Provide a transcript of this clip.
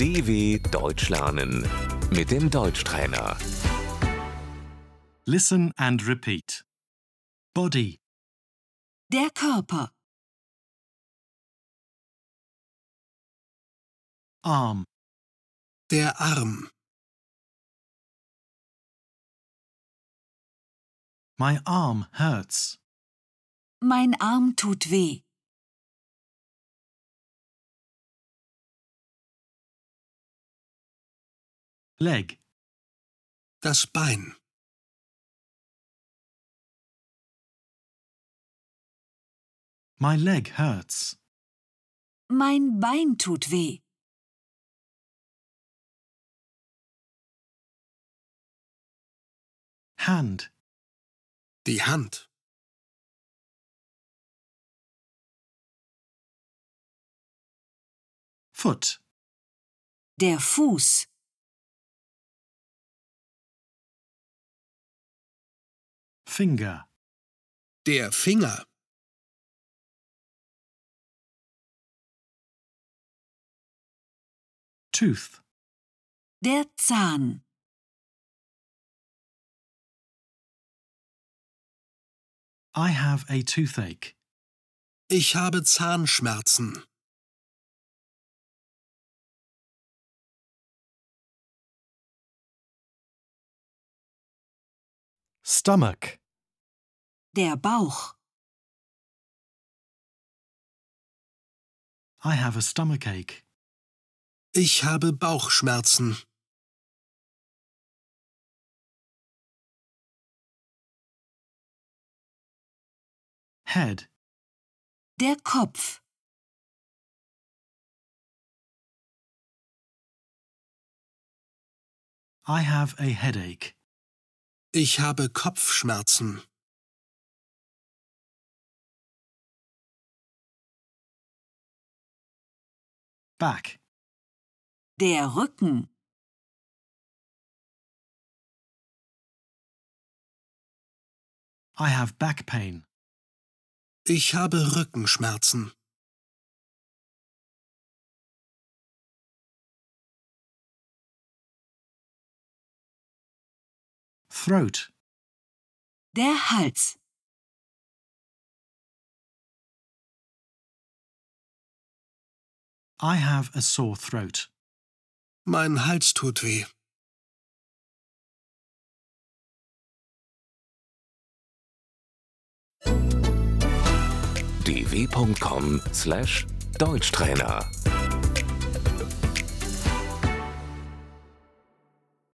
DW Deutsch lernen mit dem Deutschtrainer. Listen and repeat. Body, Der Körper, arm, Der Arm, my arm hurts. mein Arm tut weh, Leg, das Bein, my leg hurts. mein Bein tut weh, Hand, die Hand, foot, der Fuß, finger, der Finger, tooth, der Zahn, I have a toothache. ich habe Zahnschmerzen, Stomach, der Bauch, I have a stomachache. ich habe Bauchschmerzen, Head, der Kopf, I have a headache. ich habe Kopfschmerzen, Back, der Rücken, I have back pain. ich habe Rückenschmerzen, Throat, der Hals, I have a sore throat. mein Hals tut weh, dw.com/deutschtrainer